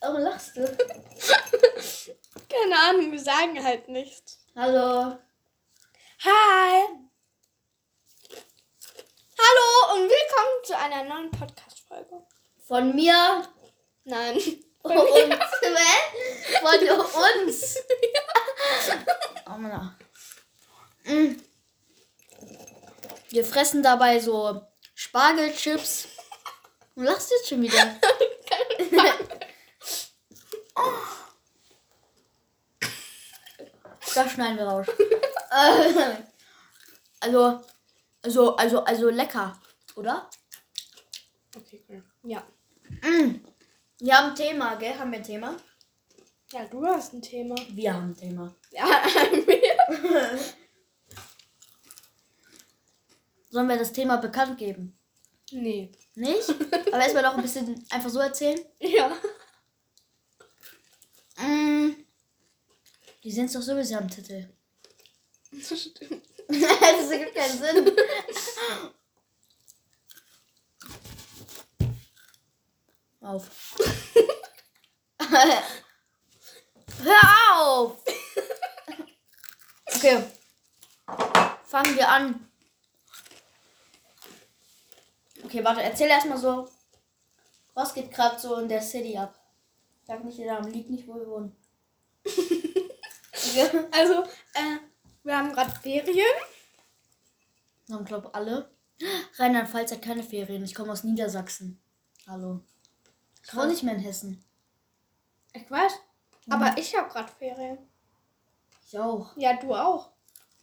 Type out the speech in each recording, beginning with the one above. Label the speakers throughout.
Speaker 1: Warum lachst du?
Speaker 2: Keine Ahnung, wir sagen halt nichts.
Speaker 1: Hallo.
Speaker 2: Hi! Hallo und willkommen zu einer neuen Podcast-Folge.
Speaker 1: Von mir
Speaker 2: Nein.
Speaker 1: und Hä? von uns. Oh Mann. Mm. Wir fressen dabei so Spargelchips. Du lachst jetzt schon wieder. Das schneiden wir raus. Äh, also, also, also, also lecker, oder?
Speaker 2: Okay, cool. Ja.
Speaker 1: Wir haben ein Thema, gell? Haben wir ein Thema?
Speaker 2: Ja, du hast ein Thema.
Speaker 1: Wir haben ein Thema.
Speaker 2: Ja,
Speaker 1: Sollen wir das Thema bekannt geben?
Speaker 2: Nee.
Speaker 1: Nicht? Aber erstmal noch ein bisschen einfach so erzählen.
Speaker 2: Ja.
Speaker 1: Mm. Die sind doch sowieso am Titel.
Speaker 2: Das stimmt.
Speaker 1: das ergibt keinen Sinn. Auf. Hör auf! Okay. Fangen wir an. Okay, warte, erzähl erstmal so. Was geht gerade so in der City ab? Sag nicht den Namen, liegt nicht, wo wir wohnen. okay.
Speaker 2: Also, äh, wir haben gerade Ferien.
Speaker 1: Das haben, glaube alle. Rheinland-Pfalz hat keine Ferien. Ich komme aus Niedersachsen. Hallo. Ich wohne nicht mehr in Hessen.
Speaker 2: Ich weiß. Mhm. Aber ich habe gerade Ferien.
Speaker 1: Ich auch.
Speaker 2: Ja, du auch.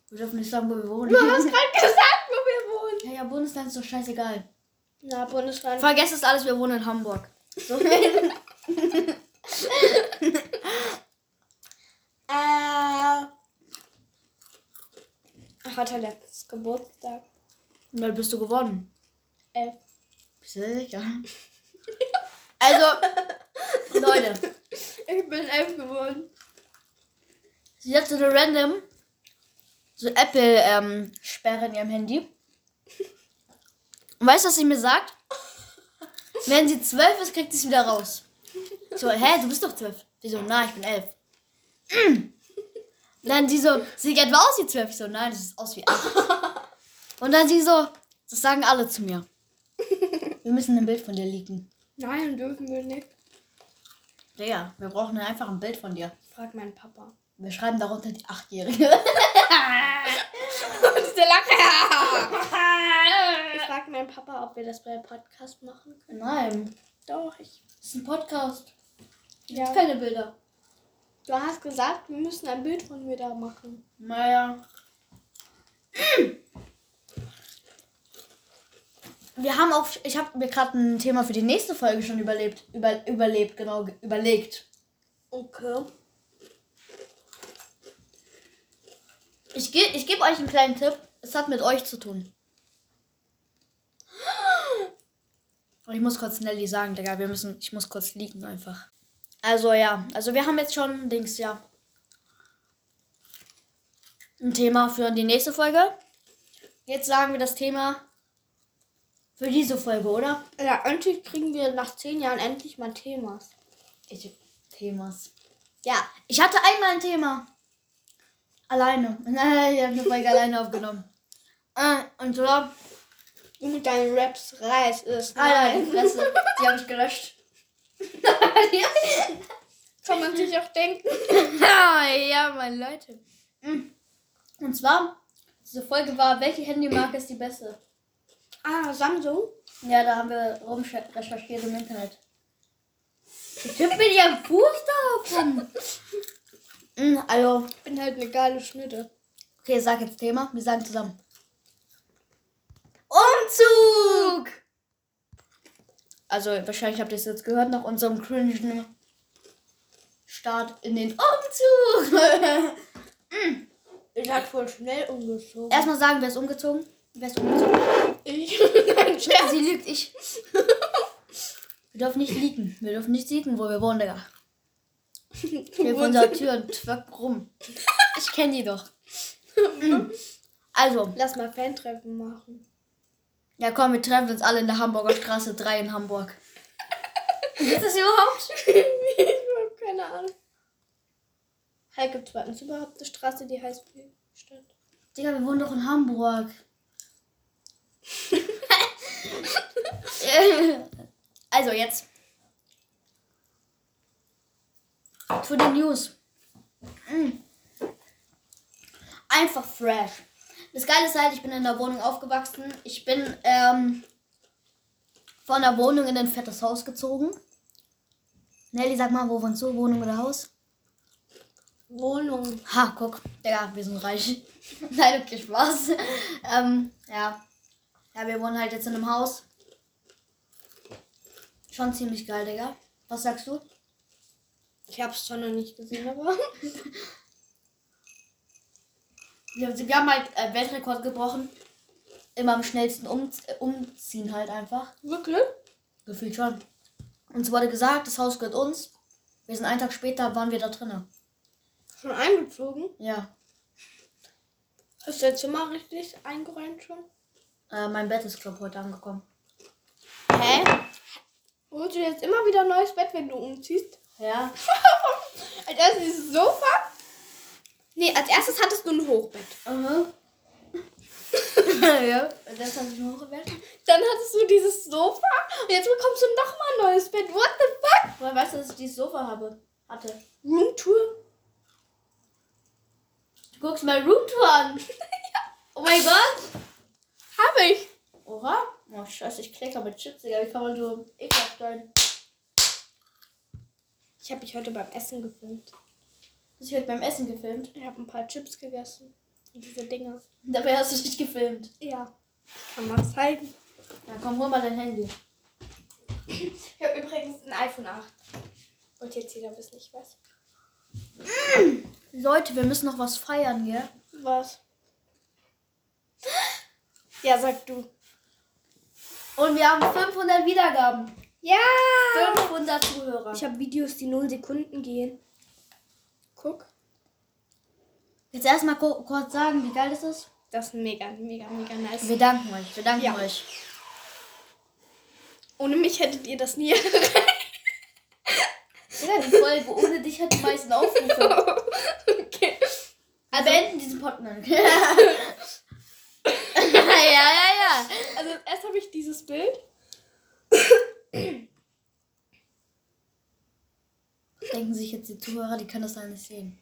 Speaker 1: Wir dürfen nicht sagen, wo wir wohnen.
Speaker 2: Du hast gerade gesagt, wo wir wohnen.
Speaker 1: Ja, ja, Bundesland ist doch scheißegal.
Speaker 2: Na, Bundesland.
Speaker 1: Vergesst es alles, wir wohnen in Hamburg. So.
Speaker 2: Äh. Ich hatte letztes Geburtstag.
Speaker 1: Na, bist du geworden.
Speaker 2: Elf.
Speaker 1: Bist du sicher? Also, Leute.
Speaker 2: Ich bin elf geworden.
Speaker 1: Sie hat so eine random so Apple-Sperre in ihrem Handy. Und weißt du, was sie mir sagt? Wenn sie zwölf ist, kriegt sie es wieder raus. So, hä, du bist doch zwölf. Sie so, na, ich bin elf. Mm. Dann sie so, sie sieht etwa aus wie zwölf. Ich so, nein, das sieht aus wie elf. Und dann sie so, das sagen alle zu mir. Wir müssen ein Bild von dir liegen.
Speaker 2: Nein, dürfen wir nicht.
Speaker 1: Digga, wir brauchen einfach ein Bild von dir.
Speaker 2: Frag meinen Papa.
Speaker 1: Wir schreiben darunter die Achtjährige.
Speaker 2: Ist der Lache. Ich frag meinen Papa, ob wir das bei Podcast machen können.
Speaker 1: Nein,
Speaker 2: Doch, ich.
Speaker 1: das ist ein Podcast.
Speaker 2: Ja.
Speaker 1: Keine Bilder.
Speaker 2: Du hast gesagt, wir müssen ein Bild von mir da machen.
Speaker 1: Naja. Wir haben auch, ich habe mir gerade ein Thema für die nächste Folge schon überlebt, über, überlebt, genau, ge- überlegt.
Speaker 2: Okay.
Speaker 1: Ich, ge, ich gebe euch einen kleinen Tipp. Es hat mit euch zu tun. Und ich muss kurz Nelly sagen, Digga, wir müssen, ich muss kurz liegen einfach. Also ja, also wir haben jetzt schon Dings, ja. Ein Thema für die nächste Folge. Jetzt sagen wir das Thema für diese Folge, oder?
Speaker 2: Ja, endlich kriegen wir nach zehn Jahren endlich mal Themas.
Speaker 1: Ich, Themas. Ja, ich hatte einmal ein Thema. Alleine. Nein, ich habe eine Folge alleine aufgenommen. Äh, und so. Ah,
Speaker 2: Du mit deinen Raps reißt es.
Speaker 1: nein, Ah, die Fresse. Die habe ich gelöscht.
Speaker 2: Kann man sich auch denken.
Speaker 1: ja, meine Leute. Hm. Und zwar, diese Folge war, welche Handymarke ist die beste?
Speaker 2: Ah, Samsung?
Speaker 1: Ja, da haben wir rumrecherchiert im Internet. Ich tippe mir ihren Fuß da rum. Mm, also,
Speaker 2: Ich bin halt eine geile Schnitte.
Speaker 1: Okay, sag jetzt Thema. Wir sagen zusammen. Umzug! Also, wahrscheinlich habt ihr es jetzt gehört nach unserem cringen Start in den Umzug.
Speaker 2: Ich hat voll schnell umgezogen.
Speaker 1: Erstmal sagen, wer ist umgezogen? Wer ist umgezogen?
Speaker 2: ich.
Speaker 1: Sie lügt, ich. Wir dürfen nicht liegen. Wir dürfen nicht liegen, wo wir wohnen, Digga. Wir vor unserer Tür und twerk rum. Ich kenne die doch. Also,
Speaker 2: Lass mal Fantreffen machen.
Speaker 1: Ja, komm, wir treffen uns alle in der Hamburger Straße 3 in Hamburg. Ist das überhaupt?
Speaker 2: ich habe keine Ahnung. Hey, gibt es überhaupt eine Straße, die heißt wie Stadt?
Speaker 1: Digga, wir wohnen doch in Hamburg. Äh, also jetzt. Zu den News. Mm. Einfach fresh. Das Geile ist halt, ich bin in der Wohnung aufgewachsen. Ich bin ähm, von der Wohnung in ein fettes Haus gezogen. Nelly, sag mal, wo wohnst du? Wohnung oder Haus?
Speaker 2: Wohnung.
Speaker 1: Ha, guck. Digga, wir sind reich. Nein, okay, Spaß. ähm, ja. Ja, wir wohnen halt jetzt in einem Haus. Schon ziemlich geil, Digga. Was sagst du?
Speaker 2: Ich habe es zwar noch nicht gesehen, aber.
Speaker 1: Wir, wir haben halt äh, Weltrekord gebrochen. Immer am schnellsten um, äh, umziehen halt einfach.
Speaker 2: Wirklich?
Speaker 1: Gefühlt schon. Uns wurde gesagt, das Haus gehört uns. Wir sind einen Tag später, waren wir da drinnen.
Speaker 2: Schon eingezogen?
Speaker 1: Ja.
Speaker 2: Ist dein Zimmer richtig eingeräumt schon?
Speaker 1: Äh, mein Bett ist, glaube heute angekommen.
Speaker 2: Hä? Holst du jetzt immer wieder ein neues Bett, wenn du umziehst?
Speaker 1: Ja.
Speaker 2: Als erstes dieses Sofa. Nee, als erstes hattest du ein Hochbett.
Speaker 1: Mhm. ja. Das hat sich nur hochgewählt.
Speaker 2: Dann hattest du dieses Sofa und jetzt bekommst du nochmal ein neues Bett. What the fuck?
Speaker 1: Woher weißt du, dass ich dieses Sofa habe? Hatte.
Speaker 2: Roomtour?
Speaker 1: Du guckst mal Roomtour an. Oh mein Gott.
Speaker 2: Habe ich.
Speaker 1: Oha. Oh, scheiße, ich klecker mit Chips, Digga. Wie kann man so ekelhaft sein?
Speaker 2: Ich habe mich heute beim Essen gefilmt.
Speaker 1: Hast du heute beim Essen gefilmt?
Speaker 2: Ich habe ein paar Chips gegessen. Und diese Dinger.
Speaker 1: Dabei hast du dich gefilmt.
Speaker 2: Ja. Kann man zeigen.
Speaker 1: Na komm, hol mal dein Handy.
Speaker 2: Ich habe übrigens ein iPhone 8. Und jetzt jeder wisst nicht was.
Speaker 1: Leute, wir müssen noch was feiern, gell?
Speaker 2: Was? Ja, sag du.
Speaker 1: Und wir haben 500 Wiedergaben.
Speaker 2: Ja!
Speaker 1: 500 Zuhörer.
Speaker 2: Ich habe Videos, die 0 Sekunden gehen. Guck.
Speaker 1: Jetzt erstmal ko- kurz sagen, wie geil das ist.
Speaker 2: Das ist mega, mega, mega nice.
Speaker 1: Wir danken euch. Wir danken
Speaker 2: Ja.
Speaker 1: euch.
Speaker 2: Ohne mich hättet ihr das nie.
Speaker 1: Digga, die Folge ohne dich hat die meisten Aufrufe.
Speaker 2: okay.
Speaker 1: Wir beenden diesen Podcast. ja, ja, ja.
Speaker 2: Also erst habe ich dieses Bild.
Speaker 1: Denken sich jetzt die Zuhörer, die können das alle nicht sehen.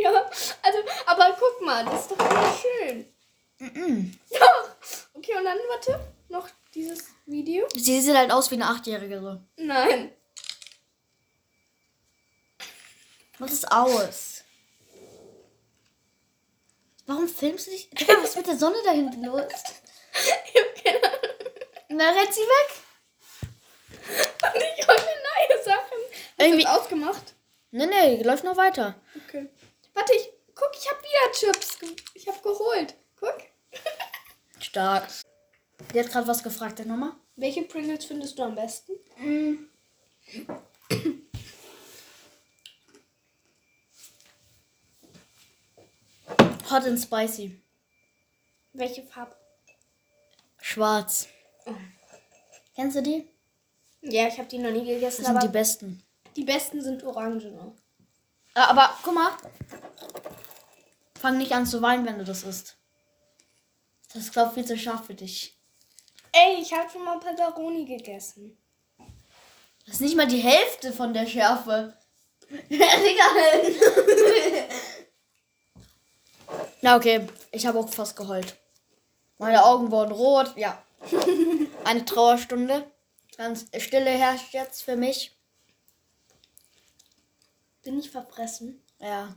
Speaker 2: Ja. Also, aber guck mal, das ist doch wunderschön.
Speaker 1: Mhm.
Speaker 2: Doch. Okay, und dann warte, noch dieses Video.
Speaker 1: Sie sieht halt aus wie eine Achtjährige so.
Speaker 2: Nein.
Speaker 1: Was ist aus? Warum filmst du dich? Digga, was ist mit der Sonne da hinten los?
Speaker 2: Ich habe keine Ahnung.
Speaker 1: Na, rennt sie weg.
Speaker 2: Und ich hole neue Sachen. Hast
Speaker 1: Irgendwie-
Speaker 2: du das ausgemacht?
Speaker 1: Nee, nee, die läuft noch weiter.
Speaker 2: Okay. Warte, ich guck, ich habe wieder Chips. Ge ich habe geholt. Guck.
Speaker 1: Stark. Die hat gerade was gefragt, der nochmal.
Speaker 2: Welche Pringles findest du am besten?
Speaker 1: Mm. Hot and spicy.
Speaker 2: Welche Farbe?
Speaker 1: Schwarz. Kennst du die?
Speaker 2: Ja, ich habe die noch nie gegessen,
Speaker 1: Das sind
Speaker 2: aber
Speaker 1: die
Speaker 2: die,
Speaker 1: besten.
Speaker 2: besten sind Orangen.
Speaker 1: Äh, Aber guck mal. Fang nicht an zu weinen, wenn du das isst. Das ist, glaube ich, viel zu scharf für dich.
Speaker 2: Ey, ich habe schon mal Pepperoni gegessen.
Speaker 1: Das ist nicht mal die Hälfte von der Schärfe. Digga. Na okay, ich habe auch fast geheult. Meine Augen wurden rot, ja. Eine Trauerstunde. Ganz Stille herrscht jetzt für mich.
Speaker 2: Bin ich verfressen?
Speaker 1: Ja.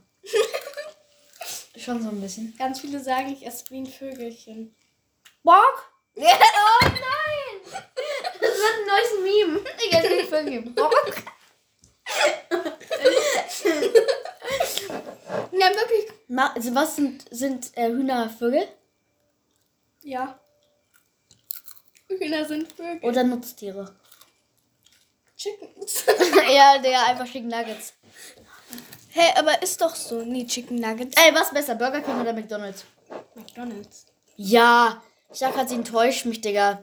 Speaker 1: Schon so ein bisschen.
Speaker 2: Ganz viele sagen, ich esse wie ein Vögelchen.
Speaker 1: Bock? oh nein! Das wird ein neues Meme. Ich hätte nicht vergeben. Bock?
Speaker 2: Ja, wirklich.
Speaker 1: Ma also was sind, sind äh, Hühner Vögel?
Speaker 2: Ja. Hühner sind Vögel.
Speaker 1: Oder Nutztiere?
Speaker 2: Chickens.
Speaker 1: ja, der einfach Chicken Nuggets.
Speaker 2: Hey, aber ist doch so. Nee, Chicken Nuggets.
Speaker 1: Ey, was besser, Burger King oder McDonalds?
Speaker 2: McDonalds.
Speaker 1: Ja, ich sag halt, grad, sie enttäuscht mich, Digga.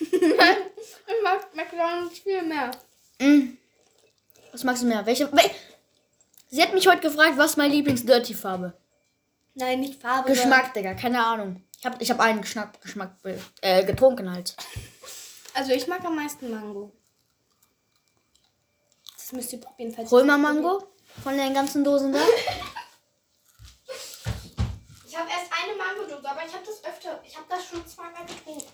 Speaker 2: Ich mag gar nicht viel mehr. Hm.
Speaker 1: Mm. Was magst du mehr? Welche? Wel Sie hat mich heute gefragt, was meine Lieblings-Dirty-Farbe.
Speaker 2: Nein, nicht Farbe.
Speaker 1: Geschmack, Digga, keine Ahnung. Ich habe ich hab einen Geschmack, Geschmack be- äh, getrunken halt.
Speaker 2: sondern- Also ich mag am meisten Mango. Das müsst ihr probieren, falls ihr-
Speaker 1: Römermango von den ganzen Dosen da.
Speaker 3: Ich habe erst eine Mangodose, aber ich habe das öfter. Ich habe das schon zweimal getrunken.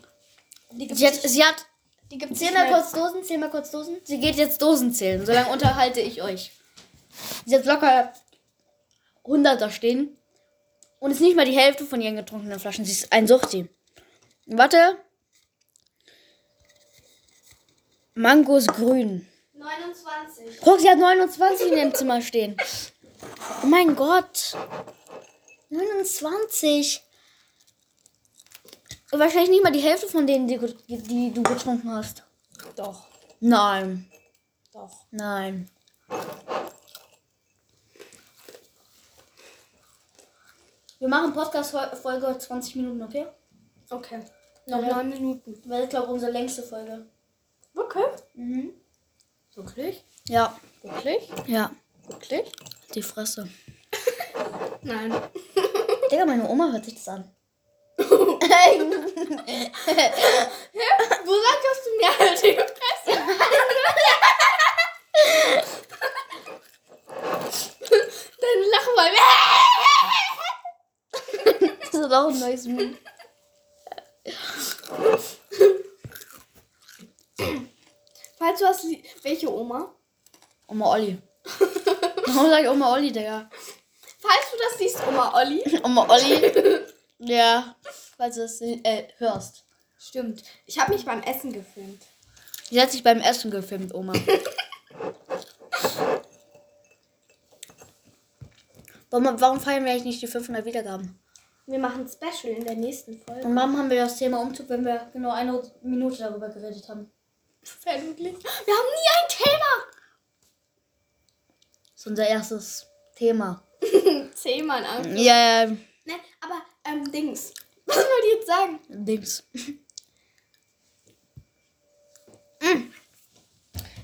Speaker 2: Die gibt's
Speaker 1: Sie hat, sie hat
Speaker 2: nicht- die gibt's
Speaker 1: zähl
Speaker 2: nicht
Speaker 1: mal
Speaker 2: mehr.
Speaker 1: kurz Dosen, zähl mal kurz Dosen. Sie geht jetzt Dosen zählen, solange unterhalte ich euch. Sie hat locker 100 da stehen und ist nicht mal die Hälfte von ihren getrunkenen Flaschen. Sie ist ein Suchti. Warte. Mango ist grün.
Speaker 3: 29.
Speaker 1: Guck, sie hat 29 in ihrem Zimmer stehen. Oh mein Gott. 29. Wahrscheinlich nicht mal die Hälfte von denen, die, die, die du getrunken hast.
Speaker 2: Doch,
Speaker 1: Nein,
Speaker 2: doch.
Speaker 1: nein. Wir machen Podcast-Folge 20 Minuten, okay?
Speaker 2: Okay. Noch
Speaker 1: Ja.
Speaker 2: neun Minuten.
Speaker 1: Das ist, glaube ich, unsere längste Folge.
Speaker 2: Okay.
Speaker 1: Mhm.
Speaker 2: Wirklich?
Speaker 1: Ja,
Speaker 2: Wirklich?
Speaker 1: ja.
Speaker 2: Wirklich?
Speaker 1: Die Fresse.
Speaker 2: Nein.
Speaker 1: Digga, meine Oma hört sich das an.
Speaker 2: Wo sagst du mir halt die Fresse? Dein Lachen war.
Speaker 1: Das ist auch ein neues Meme.
Speaker 2: Falls du hast. lie- Welche Oma?
Speaker 1: Oma Olli. Warum sag ich Oma Olli, Digga?
Speaker 2: Falls du das siehst, Oma Olli.
Speaker 1: Oma Olli? ja, falls du es äh, hörst.
Speaker 2: Stimmt. Ich habe mich beim Essen gefilmt.
Speaker 1: Sie hat sich beim Essen gefilmt, Oma. warum, warum feiern wir eigentlich nicht die 500 Wiedergaben?
Speaker 2: Wir machen ein Special in der nächsten Folge.
Speaker 1: Und warum haben wir das Thema Umzug, wenn wir genau eine Minute darüber geredet haben?
Speaker 2: Vermutlich. Wir haben nie ein Thema.
Speaker 1: Das ist unser erstes Thema.
Speaker 2: Zehnmal an.
Speaker 1: Ja, ja,
Speaker 2: Ne, aber, ähm, Dings. Was wollt ihr jetzt sagen?
Speaker 1: Dings. Mm.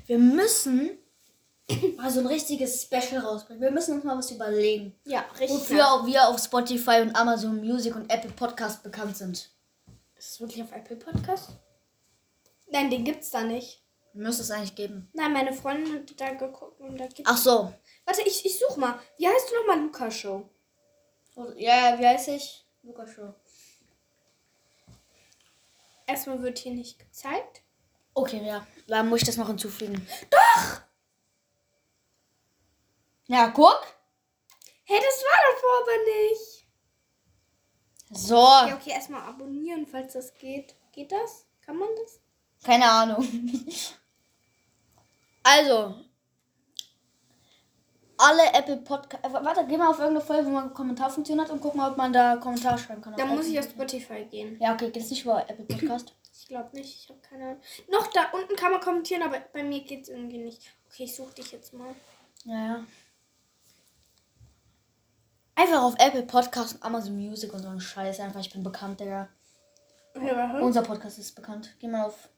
Speaker 1: Wir müssen mal so ein richtiges Special rausbringen. Wir müssen uns mal was überlegen.
Speaker 2: Ja, richtig.
Speaker 1: Wofür auch wir auf Spotify und Amazon Music und Apple Podcast bekannt sind.
Speaker 2: Ist es wirklich auf Apple Podcast? Nein, den gibt's da nicht.
Speaker 1: Müsste es eigentlich geben.
Speaker 2: Nein, meine Freundin hat da geguckt und da gibt's.
Speaker 1: Ach so.
Speaker 2: Warte, ich, ich such mal. Wie heißt du nochmal Luca Show?
Speaker 1: Ja, ja, wie heißt ich? Lukas Show.
Speaker 2: Erstmal wird hier nicht gezeigt.
Speaker 1: Okay, ja. Dann muss ich das noch hinzufügen. Doch! Ja, guck.
Speaker 2: Hey, das war davor aber nicht.
Speaker 1: So.
Speaker 2: Ja, okay, erstmal abonnieren, falls das geht. Geht das? Kann man das?
Speaker 1: Keine Ahnung. Also. Alle Apple Podcasts. Warte, geh mal auf irgendeine Folge, wo man Kommentarfunktion hat und guck mal, ob man da Kommentar schreiben kann.
Speaker 2: Dann
Speaker 1: Auf
Speaker 2: muss ich auf
Speaker 1: Apple-
Speaker 2: Spotify gehen.
Speaker 1: Ja, okay, geht's nicht über Apple Podcast.
Speaker 2: Ich glaube nicht, ich habe keine Ahnung. Noch da unten kann man kommentieren, aber bei mir geht's irgendwie nicht. Okay, ich suche dich jetzt mal.
Speaker 1: naja. Einfach auf Apple Podcast und Amazon Music und so ein Scheiß. Einfach, ich bin bekannt, Digga.
Speaker 2: Und
Speaker 1: Unser Podcast ist bekannt. Geh mal auf.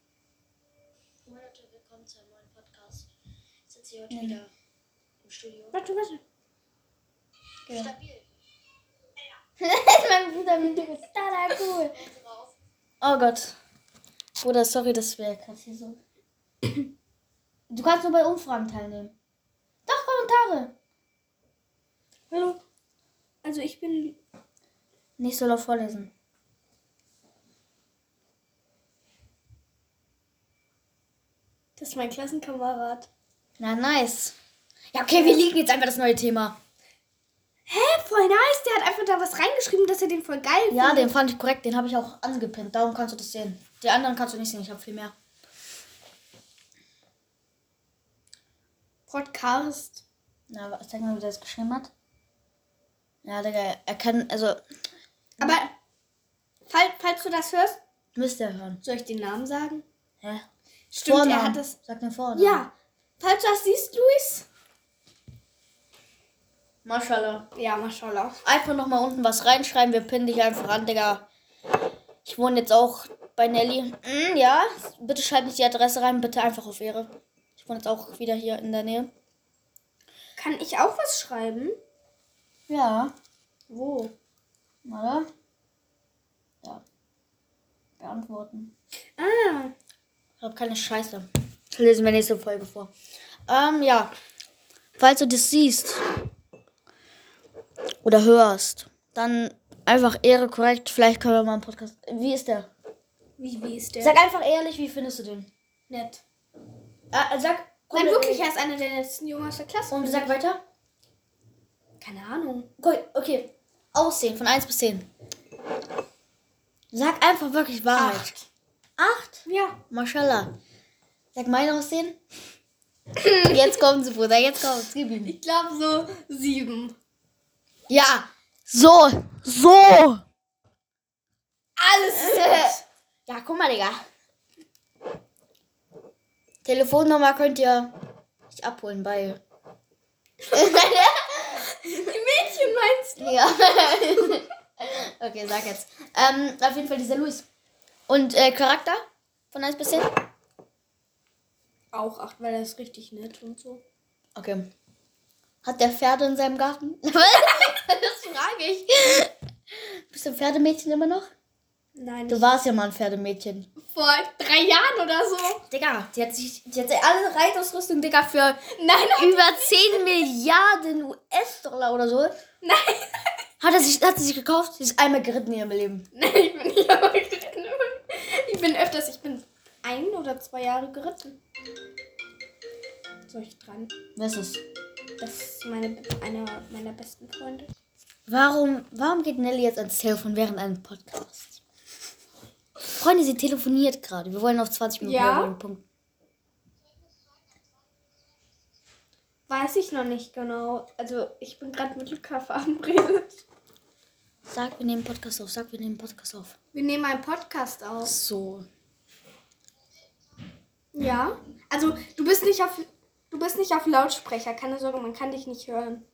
Speaker 3: Moin Leute, willkommen zu einem neuen Podcast. Ich sitze hier heute wieder im Studio.
Speaker 2: warte, warte.
Speaker 1: Ja.
Speaker 3: Stabil.
Speaker 1: mein Bruder mit dem ist da, cool.
Speaker 3: Hört drauf.
Speaker 1: Oh Gott. Bruder, sorry, dass wir gerade hier so. Du kannst nur bei Umfragen teilnehmen. Doch, Kommentare.
Speaker 2: Hallo. Also ich bin.
Speaker 1: Nicht so laut vorlesen.
Speaker 2: Das ist mein Klassenkamerad.
Speaker 1: Na, nice. Ja, okay, wir liegen jetzt einfach das neue Thema.
Speaker 2: Hä, voll nice. Der hat einfach da was reingeschrieben, dass er den voll geil
Speaker 1: Ja,
Speaker 2: findet.
Speaker 1: den fand ich korrekt. Den habe ich auch angepinnt. Darum kannst du das sehen. Die anderen kannst du nicht sehen. Ich habe viel mehr.
Speaker 2: Podcast.
Speaker 1: Na, was denk mal, wie der das geschrieben hat? Ja, Digga, er kann. Also,
Speaker 2: Aber falls, falls du das hörst,
Speaker 1: müsst ihr hören.
Speaker 2: soll ich den Namen sagen?
Speaker 1: Hä?
Speaker 2: Stimmt,
Speaker 1: Vornamen.
Speaker 2: er hat das.
Speaker 1: Sag den Vornamen.
Speaker 2: Ja. Falls du das siehst, Luis.
Speaker 1: Maschallah.
Speaker 2: Ja, Maschallah.
Speaker 1: einfach nochmal unten was reinschreiben. Wir pinnen dich einfach an, Digga. Ich wohne jetzt auch bei Nelly. Mm, ja, bitte schreibt nicht die Adresse rein, bitte einfach auf Ehre. Ich wohne jetzt auch wieder hier in der Nähe.
Speaker 2: Kann ich auch was schreiben?
Speaker 1: Ja,
Speaker 2: Wo?
Speaker 1: oder? Ja. Beantworten.
Speaker 2: Ah,
Speaker 1: Ich habe keine Scheiße. Das lesen wir nächste Folge vor. Ähm, ja. Falls du das siehst oder hörst, dann einfach Ehre korrekt. Vielleicht können wir mal einen Podcast. Wie ist der?
Speaker 2: wie, wie ist der?
Speaker 1: Sag einfach ehrlich, wie findest du den?
Speaker 2: nett.
Speaker 1: Äh, sag.
Speaker 2: Nein, wirklich, er ist einer der letzten Jungen aus der Klasse.
Speaker 1: Und sag weiter.
Speaker 2: Keine Ahnung.
Speaker 1: Gut, okay. Aussehen von 1 bis 10. Sag einfach wirklich Wahrheit. Acht?
Speaker 2: Ja.
Speaker 1: Mashallah. Sag mein Aussehen. jetzt kommen sie, Bruder, jetzt kommen sie. Gib ihm.
Speaker 2: Ich glaube so sieben.
Speaker 1: Ja. So. So.
Speaker 2: Alles
Speaker 1: Ja, guck mal, Digga. Telefonnummer könnt ihr nicht abholen bei.
Speaker 2: Die Mädchen meinst du?
Speaker 1: Ja. okay, sag jetzt. Ähm, auf jeden Fall dieser Luis. Und äh, Charakter? Von 1 bis 10?
Speaker 2: Auch acht, weil er ist richtig nett und so.
Speaker 1: Okay. Hat der Pferde in seinem Garten? das frage ich. Bist du ein Pferdemädchen immer noch?
Speaker 2: Nein.
Speaker 1: Du warst ja mal ein Pferdemädchen.
Speaker 2: vor drei Jahren oder so.
Speaker 1: Digga, die hat sich, die hat sich alle Reitausrüstung, Digga, für
Speaker 2: Nein,
Speaker 1: über 10 Milliarden US-Dollar oder so.
Speaker 2: nein,
Speaker 1: Hat, er sich, hat sie sich gekauft? Sie ist einmal geritten in ihrem Leben.
Speaker 2: nein, ich bin nicht einmal geritten. Ich bin öfters, ich bin ein oder zwei Jahre geritten. Soll ich dran?
Speaker 1: Wer ist es?
Speaker 2: Das ist meine, einer meiner besten Freunde.
Speaker 1: Warum, warum geht Nelly jetzt ans Telefon während einem Podcast? Freunde, sie telefoniert gerade. Wir wollen auf 20 Minuten
Speaker 2: Ja.
Speaker 1: hören, Punkt.
Speaker 2: Weiß ich noch nicht genau. Also ich bin gerade mit Luca verabredet.
Speaker 1: Sag, wir nehmen Podcast auf. Sag, wir nehmen Podcast auf.
Speaker 2: Wir nehmen einen Podcast auf.
Speaker 1: So.
Speaker 2: Ja. Also du bist nicht auf du bist nicht auf Lautsprecher. Keine Sorge, man kann dich nicht hören.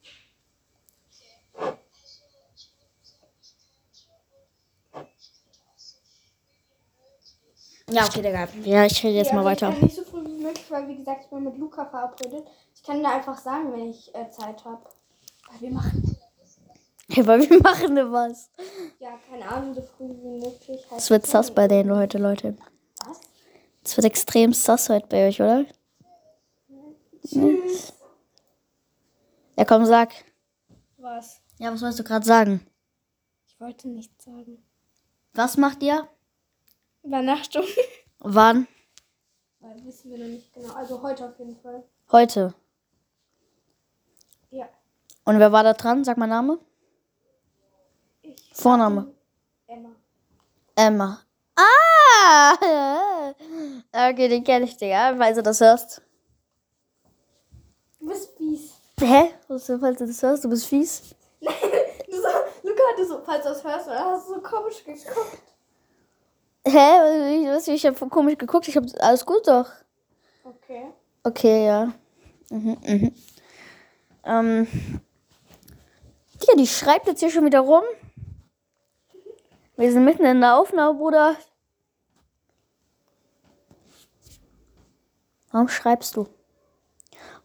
Speaker 1: Ja, okay, Digga. Ja, ich rede jetzt
Speaker 2: Ja,
Speaker 1: mal
Speaker 2: also Ich
Speaker 1: weiter.
Speaker 2: kann nicht so früh wie möglich, weil wie gesagt, ich bin mit Luca verabredet. Ich kann da einfach sagen, wenn ich äh, Zeit habe. Weil wir machen
Speaker 1: Hey, weil wir machen ne was.
Speaker 2: ja keine Ahnung so früh wie möglich. Halt
Speaker 1: Es wird sass bei denen heute, Leute.
Speaker 2: Was?
Speaker 1: Es wird extrem sass heute bei euch, oder?
Speaker 2: Tschüss.
Speaker 1: Ja, komm, sag.
Speaker 2: Was?
Speaker 1: Ja, was wolltest du gerade sagen?
Speaker 2: Ich wollte nichts sagen.
Speaker 1: Was macht ihr?
Speaker 2: Übernachtung.
Speaker 1: Wann?
Speaker 2: Weil wissen wir noch nicht genau. Also heute auf jeden Fall.
Speaker 1: Heute.
Speaker 2: Ja.
Speaker 1: Und wer war da dran? Sag mal Name.
Speaker 2: Ich
Speaker 1: Vorname.
Speaker 2: Emma.
Speaker 1: Emma. Ah! Okay, den kenne ich, Digga, falls du das hörst.
Speaker 2: Du bist fies.
Speaker 1: Hä? Also, falls du das hörst, du bist fies.
Speaker 2: Du so, Luca hatte so, falls du das hörst, oder hast du so komisch geguckt.
Speaker 1: Hä? Ich, was, ich habe komisch geguckt. Ich habe alles gut doch.
Speaker 2: Okay.
Speaker 1: Okay, ja. Mhm, mhm. Ähm. Digga, die schreibt jetzt hier schon wieder rum. Wir sind mitten in der Aufnahme, Bruder. Warum schreibst du?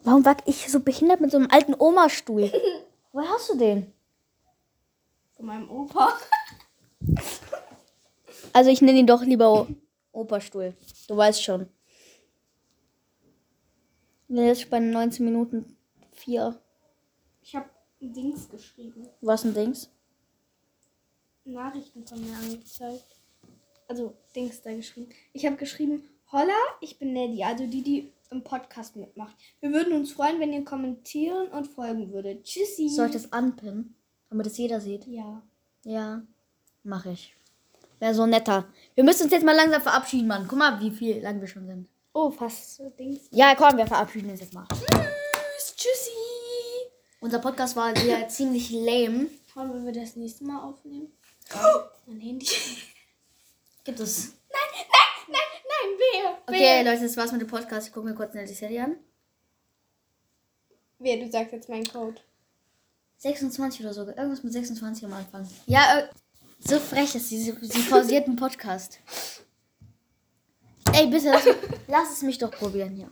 Speaker 1: Warum war ich so behindert mit so einem alten Oma-Stuhl? Woher hast du den?
Speaker 2: Von meinem Opa.
Speaker 1: Also ich nenne ihn doch lieber O- Opa-Stuhl. Du weißt schon. Wir sind jetzt bei 19 Minuten 4.
Speaker 2: Ich habe Dings geschrieben.
Speaker 1: Was ein Dings?
Speaker 2: Nachrichten von mir angezeigt. Also Dings da geschrieben. Ich habe geschrieben, holla, ich bin Nelly, also die, die im Podcast mitmacht. Wir würden uns freuen, wenn ihr kommentieren und folgen würdet. Tschüssi.
Speaker 1: Soll ich das anpinnen, damit es jeder sieht?
Speaker 2: Ja.
Speaker 1: Ja, mache ich. Wäre so netter. Wir müssen uns jetzt mal langsam verabschieden, Mann. Guck mal, wie viel lang wir schon sind.
Speaker 2: Oh, fast so Dings.
Speaker 1: Ja, komm, wir verabschieden uns jetzt mal.
Speaker 2: Tschüss, tschüssi.
Speaker 1: Unser Podcast war ja ziemlich lame.
Speaker 2: Wollen wir das nächste Mal aufnehmen? Mein Handy.
Speaker 1: Gibt es.
Speaker 2: Nein, nein, wer?
Speaker 1: Okay, Leute, das war's mit dem Podcast. Ich gucke mir kurz eine Serie an.
Speaker 2: Wer, du sagst jetzt meinen Code.
Speaker 1: 26 oder so. Irgendwas mit 26 am Anfang. Ja, äh, so frech ist sie. Sie sie pausiert einen Podcast. Ey, bitte, lass, lass es mich doch probieren hier.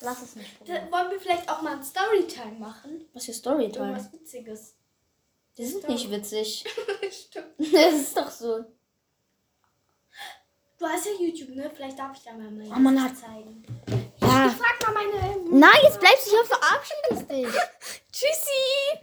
Speaker 1: Lass es mich probieren.
Speaker 2: Da wollen wir vielleicht auch mal ein Storytime machen?
Speaker 1: Was für Storytime?
Speaker 2: Irgendwas Witziges.
Speaker 1: Die sind nicht witzig.
Speaker 2: Stimmt.
Speaker 1: Das ist doch so.
Speaker 2: Du hast ja YouTube, ne? Vielleicht darf ich da mal meine
Speaker 1: Oh, man
Speaker 2: Gesichter zeigen.
Speaker 1: Ja.
Speaker 2: Frag mal meine.
Speaker 1: Nein, jetzt bleibst du hier und verabschiedest dich.
Speaker 2: Tschüssi!